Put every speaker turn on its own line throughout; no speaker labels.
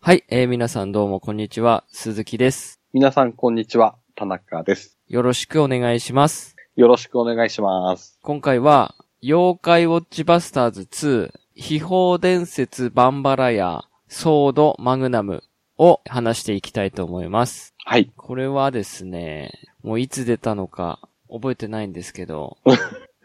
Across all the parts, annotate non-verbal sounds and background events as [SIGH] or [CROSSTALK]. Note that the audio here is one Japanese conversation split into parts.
はい、えー、皆さんどうもこんにちは、鈴木です。
皆さん、こんにちは。田中です。
よろしくお願いします。
よろしくお願いします。
今回は、妖怪ウォッチバスターズ2、秘宝伝説バンバラヤ、ソードマグナムを話していきたいと思います。
はい。
これはですね、もういつ出たのか覚えてないんですけど、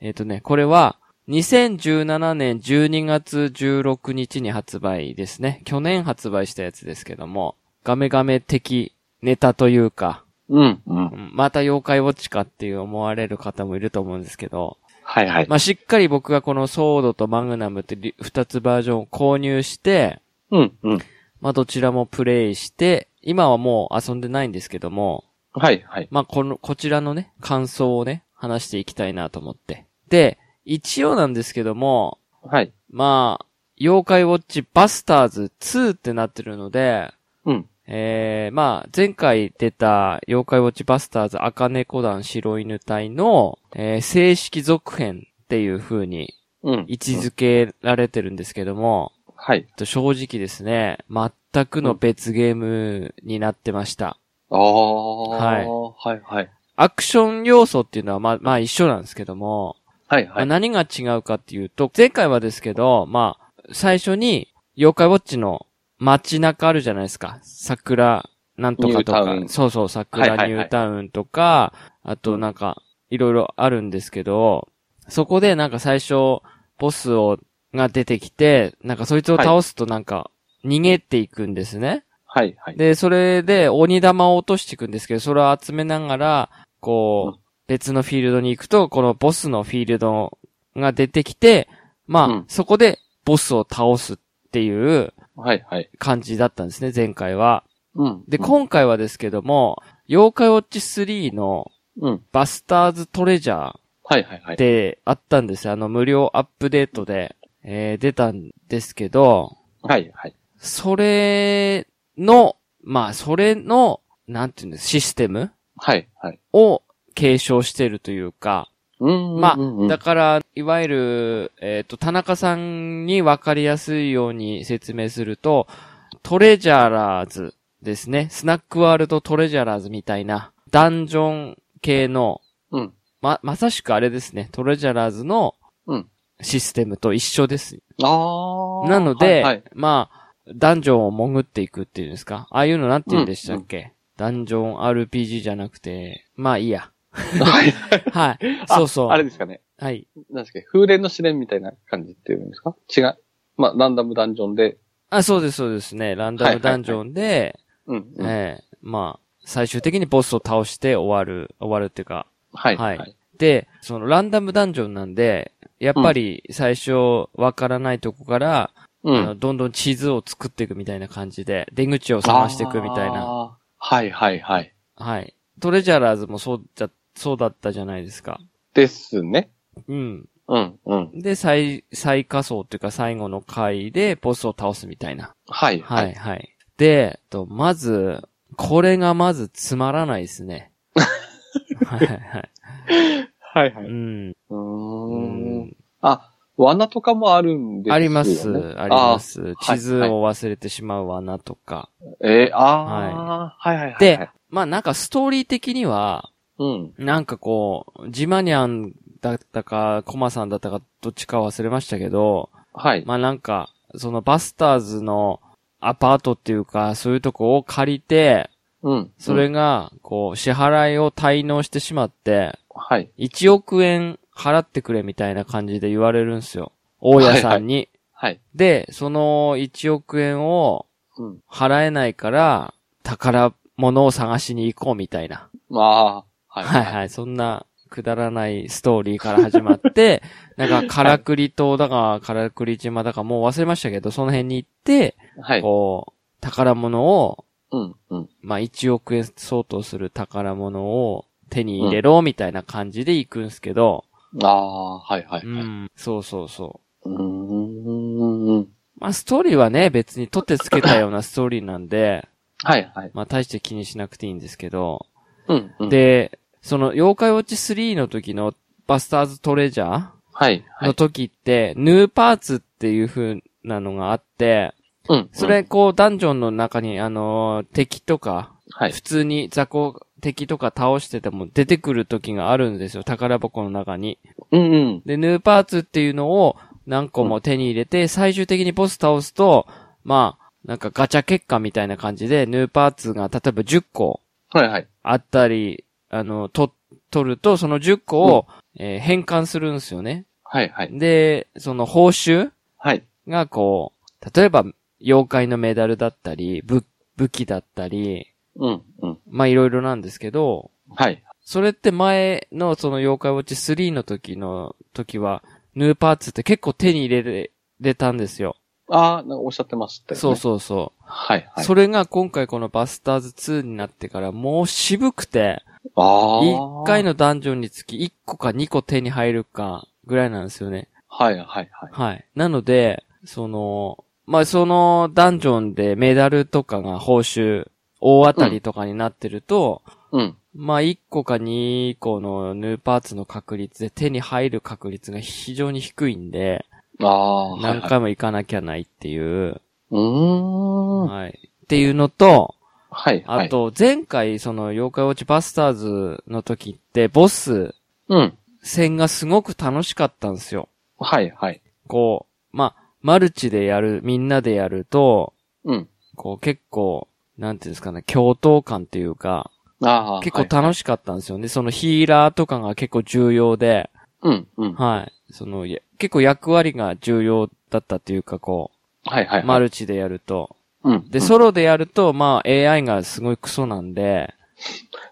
えっとね、これは2017年12月16日に発売ですね。去年発売したやつですけども、ガメガメ的ネタというか、
うん。う。
うんんまた妖怪ウォッチかっていう思われる方もいると思うんですけど、
はいはい。
まあ、しっかり僕がこのソードとマグナムってり二つバージョンを購入して、
うん。うん。
まあ、どちらもプレイして、今はもう遊んでないんですけども、
はいはい。
まあ、この、こちらのね、感想をね、話していきたいなと思って。で、一応なんですけども、
はい。
まあ、妖怪ウォッチバスターズ2ってなってるので、
うん。
えー、まあ、前回出た、妖怪ウォッチバスターズ赤猫団白犬隊の、えー正式続編っていう風に
うん。
位置づけられてるんですけども、
はい。
えっと正直ですね、全くの別ゲームになってました。
ああ。
はい
はいはい。
アクション要素っていうのはまあ、まあ一緒なんですけども、
はい
ま
は
あ
い。
何が違うかっていうと、前回はですけど、まあ、最初に、妖怪ウォッチの街中あるじゃないですか。桜、なんとかと
ニュータ
か
ウ。ン
そうそう、
はいはい
桜
はい
ニュータウンとか、あとなんか、いろいろあるんですけど、そこでなんか最初、ボスを、が出てきて、なんかそいつを倒すとなんか、逃げていくんですね。
はいはい。
で、それで鬼玉を落としていくんですけど、それを集めながら、こ
う
う、別のフィールドに行くと、このボスのフィールドが出てきて、まあ、
うん
そこでボスを倒すっていう
はいはい。
感じだったんですね、前回は。
うん。
で、今回はですけども、妖怪ウォッチ3の
うん。
バスターズトレジャー
はいはいは
っ
い。
てあったんですよ。あの、無料アップデートで、えー出たんですけど、
はいはい。
それの、まあ、それの、なんていうんです、システム
はいはい。
を継承してるというか、
うん。
まあ
うんうん
だから、いわゆる、えっ、と、田中さんにわかりやすいように説明すると、トレジャーラーズですね。スナックワールドトレジャーラーズみたいな、ダンジョン系の、
うん。
ま、まさしくあれですね、トレジャーラーズの
うん、
システムと一緒です。
ああ。
なの
は
で、
いはい。
まあ、ダンジョンを潜っていくっていうんですかああいうのなんて言うんでしたっけ、ダンジョン RPG じゃなくて、まあいい
[LAUGHS]
や。 [LAUGHS]
はいはい。
はい。
あ
そうそう。
あれですかね。
はい。
なんですか風蓮の試練みたいな感じっていうんですか違う。まあ、ランダムダンジョンで。
あ、そうです、そうですね。ランダムダンジョンで、
うん。うん
ええまあ、最終的にボスを倒して終わる、終わるっていうか。
はいは
はい
い。
で、そのランダムダンジョンなんで、やっぱり最初わからないとこから、
う
あの、どんどん地図を作っていくみたいな感じで、出口を探していくみたいな。
な。はいはいはい。
はい。トレジャーラーズもそうじゃ、そうだったじゃないですか。
ですね。
うん。
うん、うん。
で、最、最下層っていうか最後の回でボスを倒すみたいな。
はいは
はい、
い。
はい。で、と、まず、これがまずつまらないです [LAUGHS] ね。はい、はい。
はいは
う
い。
ん。
う
う
ーん。
ん
あ、罠とかもあるんですよ、ね、
あります、ありま。す。
はい
地図を忘れてしまう罠とか。
えー、あー、はい、はいはいはい。
で、まあなんかストーリー的には、
うん。
なんかこう、ジマニャンだったか、コマさんだったか、どっちか忘れましたけど、
はい。
まあなんか、そのバスターズのアパートっていうか、そういうとこを借りて、
うん。
そ
うん
れが、こう、支払いを滞納してしまって、
はい。
1億円払ってくれみたいな感じで言われるんですよ。大家さんに。
はい。
で、その1億円を
うん。
払えないから、宝物を探しに行こうみたいな。
まあ、はい。
はいはい、そんな、くだらないストーリーから始ま
[LAUGHS]
って、なんか、カラクリ島だか、カラクリ島だか、もう忘れましたけど、その辺に行って、
はい。
こう、宝物を、
うん。うん。
まあ、1億円相当する宝物を手に入れろ、みたいな感じで行くんすけど、
あー、はいはいうはい。
ん、そうそうそう
ーん。
う。まあ、ストーリーはね、別に取ってつけたようなストーリーなんで、
はいはい。
まあ、大して気にしなくていいんですけど、
うん。うん、
で、その、妖怪ウォッチ3の時のバスターズトレジャー
はいは
の
い。
時って、ヌーパーツっていう風なのがあって、
うん。
それ、こう、ダンジョンの中に、あのー敵とか、
はい。
普通に雑魚敵とか倒してても出てくる時があるんですよ。宝箱の中に。
うんうん。
で、ヌーパーツっていうのを何個も手に入れて、最終的にボス倒すと、まあ、なんかガチャ結果みたいな感じで、ヌーパーツが例えば10個
はいはい。
あったり、あの、と、取ると、その10個を、えー変換するんですよね。
はいはい。
で、その報酬
はい。
がこう、例えば、妖怪のメダルだったり、武、武器だったり、
うんうん。
まあいろいろなんですけど、
はい。
それって前のその妖怪ウォッチ3の時の時は、ヌーパーツって結構手に入れれたんですよ。
ああ、なんかおっしゃってましたよね。
そうそうそう。
はいはい。
それが今回このバスターズ2になってからもう渋くて、
ああ。
1回。のダンジョンにつき1個か2個手に入るかぐらいなんですよね。
はいはいはい。
はい。なので、その、まあ、そのダンジョンでメダルとかが報酬、大当たりとかになってると、
うん。
まあ、1個か2個のヌーパーツの確率で手に入る確率が非常に低いんで、
ああ。
何
はいはい
回も行かなきゃないっていう、
うーん。
はい。っていうのと、
はいはい。
あ、と、前回、その、妖怪ウォッチバスターズの時って、ボス
うん。
戦がすごく楽しかったんですよ。
はいはい。
こう、まあ、マルチでやる、みんなでやると、
うん。
こう結構、なんていうんですかね、共闘感っていうか、
ああ。
結構楽しかったんですよね。そのヒーラーとかが結構重要で、
はいうんうん。
はい。その、や結構役割が重要だったっていうか、こ
はいは
う、
い。
マルチでやると。
うん。
で、
うん
ソロでやると、まあ AI がすごいクソなんで、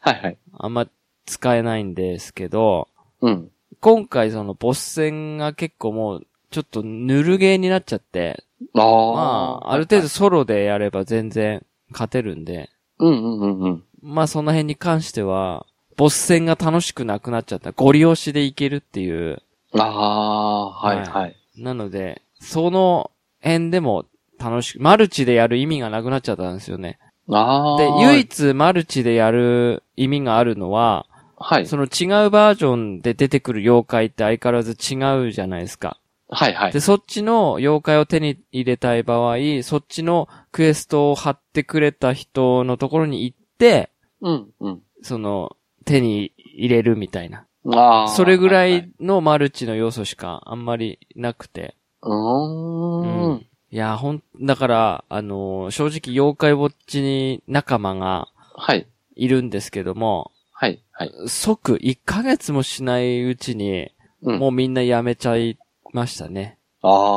はいはい。
あんま使えないんですけど、
うん。
今回そのボス戦が結構もう、ちょっとぬるゲーになっちゃって、
ああ。
まあ、ある程度。ソロでやれば全然勝てるんで、
うんうんうんうん。
まあその辺に関しては、ボス戦が楽しくなくなっちゃった。ゴリ押しでいけるっていう。
ああ、はいはい。
なので、その辺でも楽しく、マルチでやる意味がなくなっちゃったんですよね。
ああ。
で、唯、一マルチでやる意味があるのは、
はい。
その違うバージョンで出てくる妖怪って相変わらず違うじゃないですか。
はいはい
で、。そっちの妖怪を手に入れたい場合、そっちのクエストを貼ってくれた人のところに行って、
うんうん。
その、手に入れるみたいな。
ああ。
それぐら
はいはい
いのマルチの要素しかあんまりなくて。
うー。
うんんいや、ほん、だから、あのー正直妖怪ウォッチに仲間が
はい。
いるんですけども、
はい。はい。
即1ヶ月もしないうちに、
うん。
もうみんなやめちゃいましたね。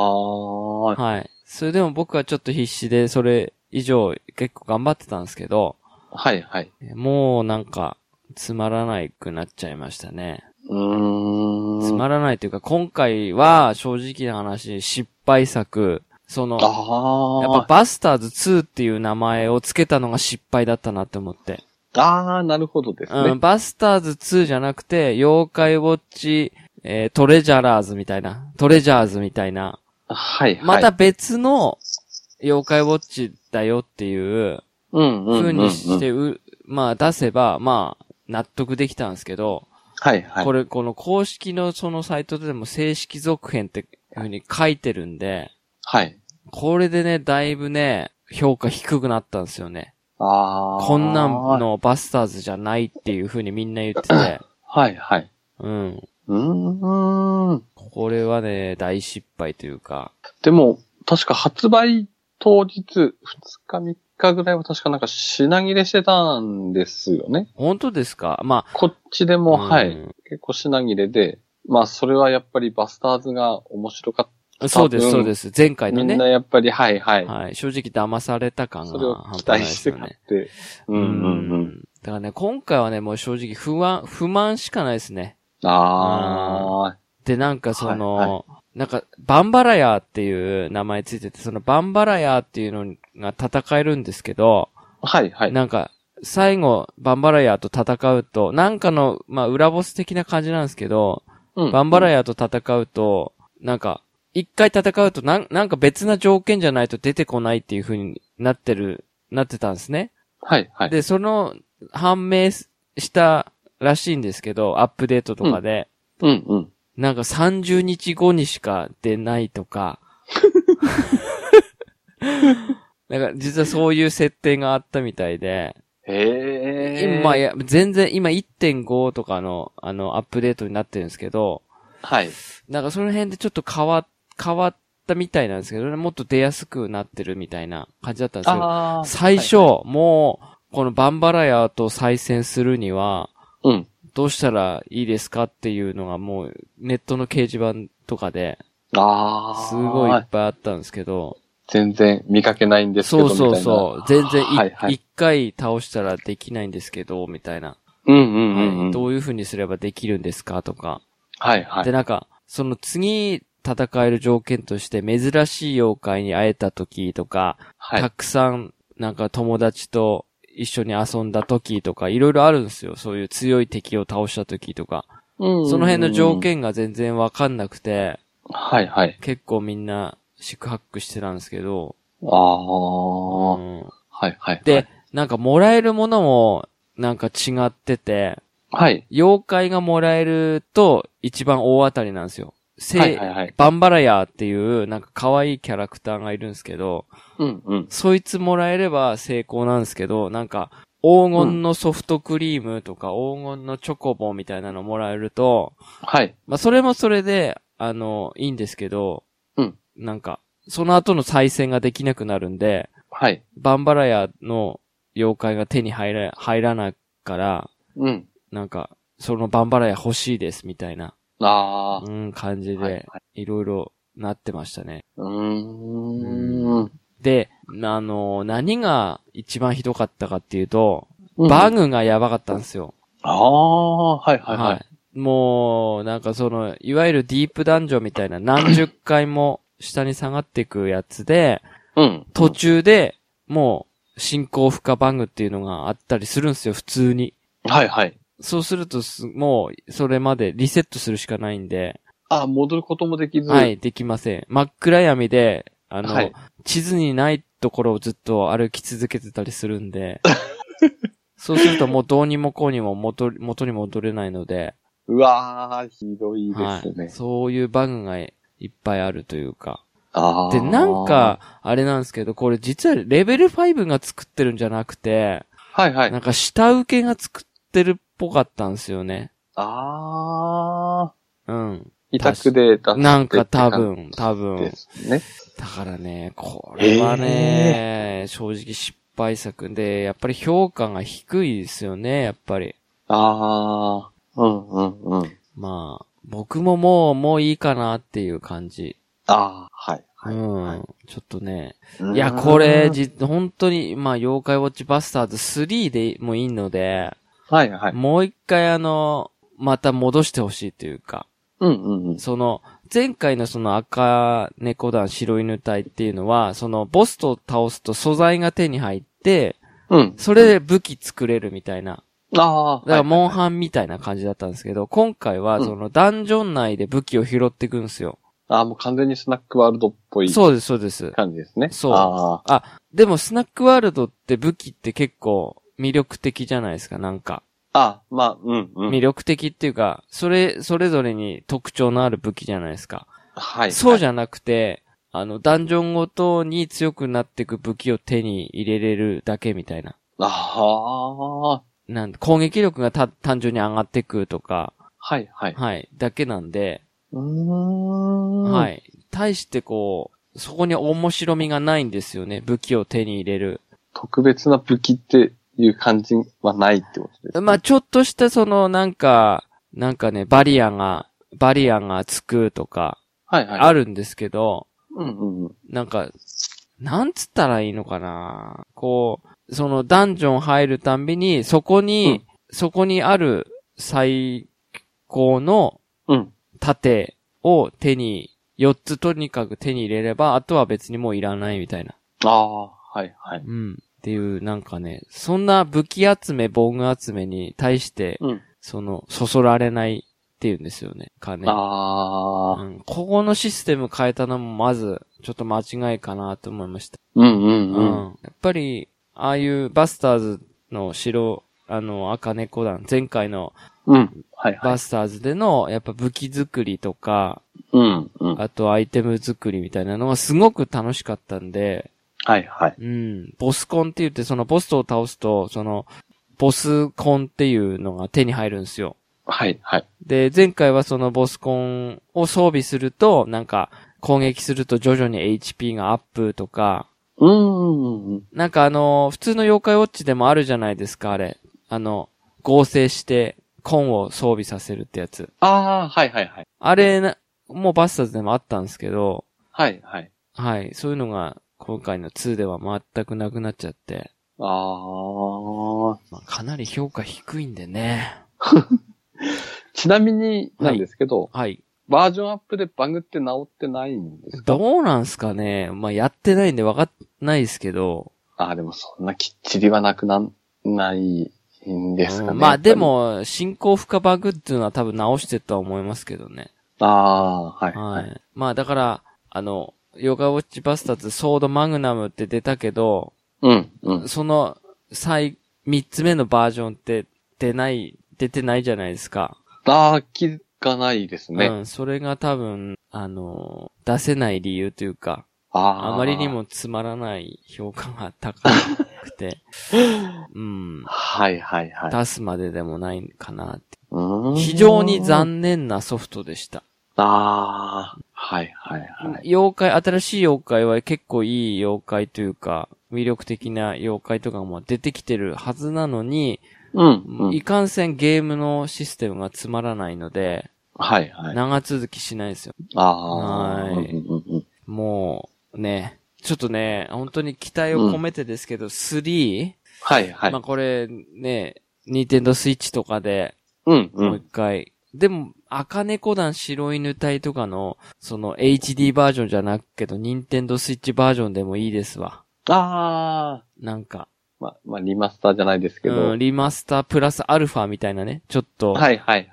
ああ。
はい。それでも僕はちょっと必死で、それ以上結構頑張ってたんですけど、
はいはい。
もうなんか、つまらないくなっちゃいましたね。
うーん。
つまらないというか、今回は正直な話、失敗作、その、
ああ。
やっぱバスターズ2っていう名前を付けたのが失敗だったなって思って。
ああ、なるほどです
う
ね
ん、。バスターズ2じゃなくて、妖怪ウォッチ、えー、トレジャラーズみたいな、トレジャーズみたいな、
はいはい。
また、別の妖怪ウォッチだよっていう
うんうんうん。
風にして
うん。
う、まあ出せば、まあ、納得できたんですけど、
はいはい。
これ、この公式のそのサイトでも正式続編っていう風に書いてるんで、
はい。
これでね、だいぶね、評価低くなったんですよね。
ああ。
こんなん。のバスターズじゃないっていう風にみんな言って
[LAUGHS]
て、
はいはい。
うん。
うーん。
これはね、大失敗というか、
でも、確か発売当日、2日3日ぐらいは確かなんか品切れしてたんですよね。
本当ですかま
こっちで
あ、
も、は
う
い。
ん
結構品切れで、まあそれはやっぱりバスターズが面白かっ
そうです、
多
そう
分
です。前
た。
回の
み
ね
んな、やっぱり、はいはい。
はい、正直騙された感
それを
が半
期
端ない
待
で
し
す
て
よ
買
ね。
って。うんうんうん。
だからね、今回はね、もう正直不安、不満しかないですね。
ああ、
で、なんかその、
はい
なんか、バンバラヤーっていう名前ついてて、そのバンバラヤーっていうのが戦えるんですけど、
はいはい。
なんか、最後、バンバラヤーと戦うと、なんかの、まあ、裏ボス的な感じなんですけど、
うん
バンバラヤーと戦うと、なんか、一回戦うとなん、なんか別な条件じゃないと出てこないっていう風になってる、なってたんですね。
はいはい。
で、その、判明したらしいんですけど、アップデートとかで、
うんうん。 [LAUGHS]
なんか30日後にしか出ないとか、なんか、実はそういう設定があったみたいで、
へえ。
今、いや、全然、今1.5とかの、あの、アップデートになってるんですけど、
はい。
なんかその辺でちょっと変わ、変わったみたいなんですけどね、もっと出やすくなってるみたいな感じだったんですけど、
ああ。
最初、
はい
もう、このバンバラヤと再戦するには、
うん。
どうしたらいいですかっていうのがもう、ネットの掲示板とかで、
ああ。
すごいいっぱいあったんですけど、
全然見かけないんですけ
そ
ど。
うそうそう、全然い
はいはい
一回倒したらできないんですけど、みたいな。
みたいな。うんうんうん
は
う
い
ん。
どういう風にすればできるんですかとか。
はいはい。
で、なんか、その次戦える条件として、珍しい妖怪に会えた時とか、
は
た
い。
くさん、なんか友達と一緒に遊んだ時とか、いろいろあるんですよ。そういう強い敵を倒した時とか。
そ
その辺の条。件が全然わかんなくて、
はいはい。
結構みんな、四苦八苦してたんですけど、
あ
う
あ。はい
ん
はいはい。
で、、なんかもらえるものも、なんか違ってて、
はい。
妖怪がもらえると一番大当たりなんですよ。せ
はいはいはい。
バンバラヤーっていう、なんか可愛いキャラクターがいるんですけど、
うんうん。
そいつもらえれば成功なんですけど、なんか、黄金のソフトクリームとか、黄金のチョコボみたいなのもらえると、
はい。
まあ、それもそれで、あの、いいんですけど、
うん
なんか、その後の再戦ができなくなるんで、
はい。
バンバラヤの妖怪が手に入ら、入らないから、
うん。
なんか、そのバンバラヤ欲しいです、みたいな、
ああ。
うん、感じ
はいは
で、いろいろなってましたね。
うーん。
で、あの、何が一番ひどかったかっていうと、
うん
バグがやばかったんですよ。
ああ、はいはいはい。
もう、なんかその、いわゆるディープダンジョンみたいな何十回も下に下がっていくやつで、
うん。
途中でもう進行負荷バグっていうのがあったりするんですよ、普通に。
はいはい。
そうするとす、もう、それまでリセットするしかないんで、
あ、戻ることもできず。
は。い、できません。真っ暗闇で、あの、
はい
地図にないところをずっと歩き続けてたりするん
[LAUGHS]
で、そうするともうどうにもこうにも元に元に戻れないので、
うわー、ひどいで
は
すね。
そういうバグがいっぱいあるというか。
ああ。
で、なん、か、あれなんですけど、これ実はレベル5が作ってるんじゃなくて、
はいはい。
な
あ
んか下請けが作ってるっぽかったんですよね。
あ
うん。
ー。委託で出して
なんか多分、多分。
ですね。
だからね、これはね、正直失敗作で、やっぱり評価が低いですよね、やっぱり。
ああ。うんうんうん。
まあ、僕ももう、もういいかなっていう感じ。
ああ、はい。
うん、
はい
ちょっとね。
うーん
いや、これ、、じ、本当に、まあ、妖怪ウォッチバスターズ3でもいいので、
はいはい。
もう一回あの、また戻してほしいというか、
うんうんうん。
その、前回のその赤猫団白犬隊っていうのは、そのボスと倒すと素材が手に入って、
うん。
それで武器作れるみたいな。
ああ。
だから、
う、
モンハンみたいな感じだったんですけど、今回は、
うん
その、ダンジョン内で武器を拾っていくんですよ。
ああ、もう完全にスナックワールドっぽい
そうです、そうです。
感じですね。
そう
あ
でも、スナックワールドって武器って結構魅力的じゃないですか、なんか。
あ。ああ、まあ、うんうん。
魅力的っていうか、それ、それぞれに特徴のある武器じゃないですか。
はい。
そう
じ
じゃなくて、あの、ダンジョンごとに強くなっていく武器を手に入れれるだけみたいな。
ゃん。ああ。
なん攻撃力がた単純に上がっていくとか、
はいはい。
はい、だけなんで、
うーん。。
はいい。対してこう、そこに面白みがないんですよね。武器を手に入れる。
特別な武器っていう感じはないってことですね。
まあ、ちょっとしたその、なんか、なんかね、バリアが、バリアがつくとか、
はいはい。
あるんですけど、
うんうんうん。
なんか、なんつったらいいのかなこう、そのダンジョン入るたんびに、そこに、そこにある最高の
うん。
盾を手に、4つとにかく手に入れれば、あとは別にもういらないみたいな。
ああ、はいはい。
うん。っていう、なんかね、そんな武器集め、防具集めに対して、
うん。
その、そそられないっていうんですよね。かね。
あ
う
あ。
ん、ここのシステム変えたのもまず、ちょっと間違いかなと思いました。
うんうん
う
うん。
んやっぱり、ああいうバスターズの白、あの、赤猫団、前回の
うん。はいはい。
バスターズでの、やっぱ武器作りとか、
うんうん。
あとアイテム作りみたいなのがすごく楽しかったんで、
はいはい。
うん。ボスコンって言って、そのボストを倒すと、その、ボスコンっていうのが手に入るんですよ。
はいはい。
で、前回はそのボスコンを装備すると、なんか、攻撃すると徐々に HP がアップとか、
うーん。
なんかあの、普通の妖怪ウォッチでもあるじゃないですか、あれ。あの、合成して、コンを装備させるってやつ。
ああ、はいはいはい。
あれな、もうバスターズでもあったんですけど、
はいはい。
はい、そういうのが、今回の2では全くなくなっちゃって、
ああ。
まあ、かなり評価低いんでね。
ちなみになんですけど、
はい。
バージョンアップでバグって直ってないんですか
どうなんすかねまあ、やってないんでわかんないですけど。
ああ、でもそんなきっちりはなくなんないんですかね。
うんまあで。も、進行負荷バグっていうのは多分直してとは思いますけどね。
ああ、はい。
は
はい。
い。まあだから、あの、ヨガウォッチバスターズソードマグナムって出たけど、
うん、うん。
その、最、三つ目のバージョンって出ない、出てないじゃないですか。
ああ、気がないですね。
うん。それが多分、あの、出せない理由というか、
ああ。
あまりに。もつまらない評価が高く
[LAUGHS]
て、うん。
はいはいはい。
出すまででもないかなって。
うーん
非常に残念なソフトでした。
ああ、はいはいはい。
妖怪、新しい妖怪は結構いい妖怪というか、魅力的な妖怪とかも出てきてるはずなのに、
うん、うん
い。かんせんゲームのシステムがつまらないので、
はいはい。
長続きしないですよ。
ああ。
はい
うんうんうん
もう、ね。ちょっとね、本当に期待を込めてですけど、3?
はいはい
まあ。これ、ね、ニンテンドスイッチとかで、
うん、う。
もうん一回。でも、赤猫団白犬隊とかの、その HD バージョンじゃなくけど、ニンテンドスイッチバージョンでもいいですわ。
ああ。
なんか、
まあ、まあ、リマスターじゃないですけど。
う
は
ん、
い
リマスタープラスアルファみたいなね、ちょっと、
はいはい。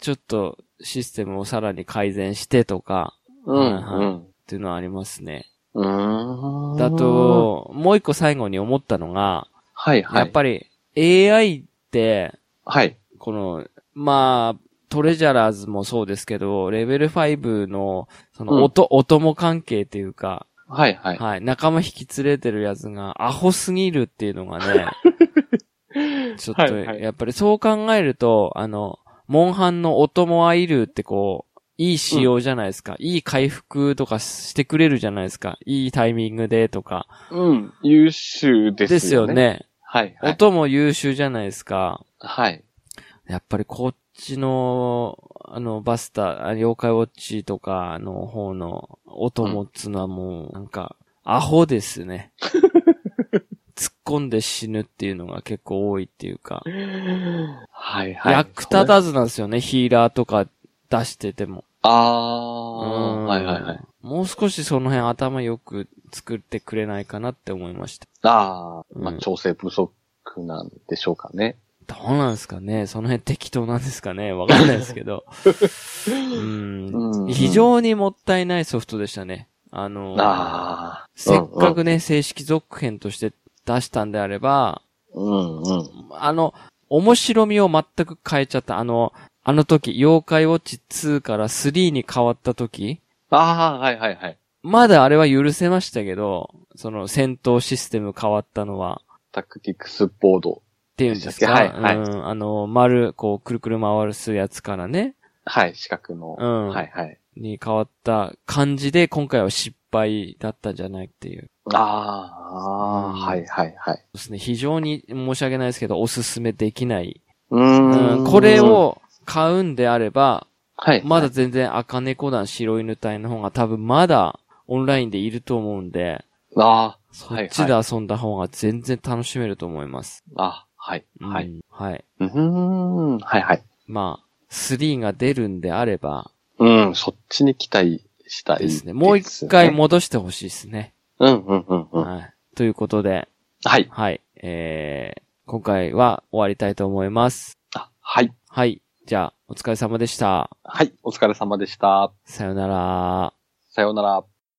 ちょっとシステムをさらに改善してとか、
うん、
は
う
い
ん。
っていうのはありますね。
うーん
だ、と、もう一個最後に思ったのが、
はいは
や
い。
っぱり AI って、
はい。
この、まあ、トレジャラーズもそうですけど、レベル5の、その音、音も関係っていうか、
はいはい。
はい、仲間引き連れてるやつがアホすぎるっていうのがね、
[LAUGHS]
ちょっと、
はいはい
やっぱりそう考えると、あの、モンハンの音もアイルってこう、いい仕様じゃないですか。いい回復とかしてくれるじゃないですか。いいタイミングでとか。
うん。優秀ですよね。
ですよ。ね。
はいはい。
音も優秀じゃないですか。
はい。
やっぱりこっちの、あの、バスター、あ妖怪ウォッチとかの方の音もっつのはもう、なんか、アホです
[LAUGHS]
ね。突っ込んで死ぬっていうのが結構多いっていうか、
はいはい。
役立たずなんですよね、ヒーラーとか出してても。
あ
う
あ。
ん
はいはいはい。
もう少しその辺頭よく作ってくれないかなって思いました。
ああ、ま
う
あ、
ん
調整不足なんでしょうかね。
どうなんですかねその辺適当なんですかねわかんないですけ
[LAUGHS]
ど。うん。
うん。
非常にもったいないソフトでしたね。あの、
ああ。
せっか
うん
くね、正式続編として出したんであれば、
うんうん。
あの、面白みを全く変えちゃった。あの、あの時、妖怪ウォッチ2から3に変わった時、
ああ、はいはいはい。
まだあれは許せましたけど、その戦闘システム変わったのは、
タクティクスボード。
っていうんですか、
はいはい
うん、あの、丸、こう、くるくる回るすやつからね、
はい、四角の。
うん、
はいはい。
に変わった感じで、今回は失敗だったんじゃないっていう。
ああ、
うん
はいはいはい。
そうですね、非常に申し訳ないですけど、おすすめできない
うん
うんこれ、を買うんであれば、
はい。
まだ全然赤猫団白犬隊の方が多分まだオンラインでいると思うんで、
ああ、
そ
はい
っ
はい。
ちで遊んだ方が全然楽しめると思います。
あ、はい、は
う
い。
んはい。
うーん、はいはい。
まあ、3が出るんであれば
うん、そっちに期待したい
で
ですす
ね、
ね。
もう一回戻してほしいですね。
うん、うん、うん、うん。
はい。ということで、
はい。
はい。えー、今回は終わりたいと思います。
あはい。
はい。じゃあ、お疲れ様でした。
はい。お疲れ様でした。
さよなら。
さようなら。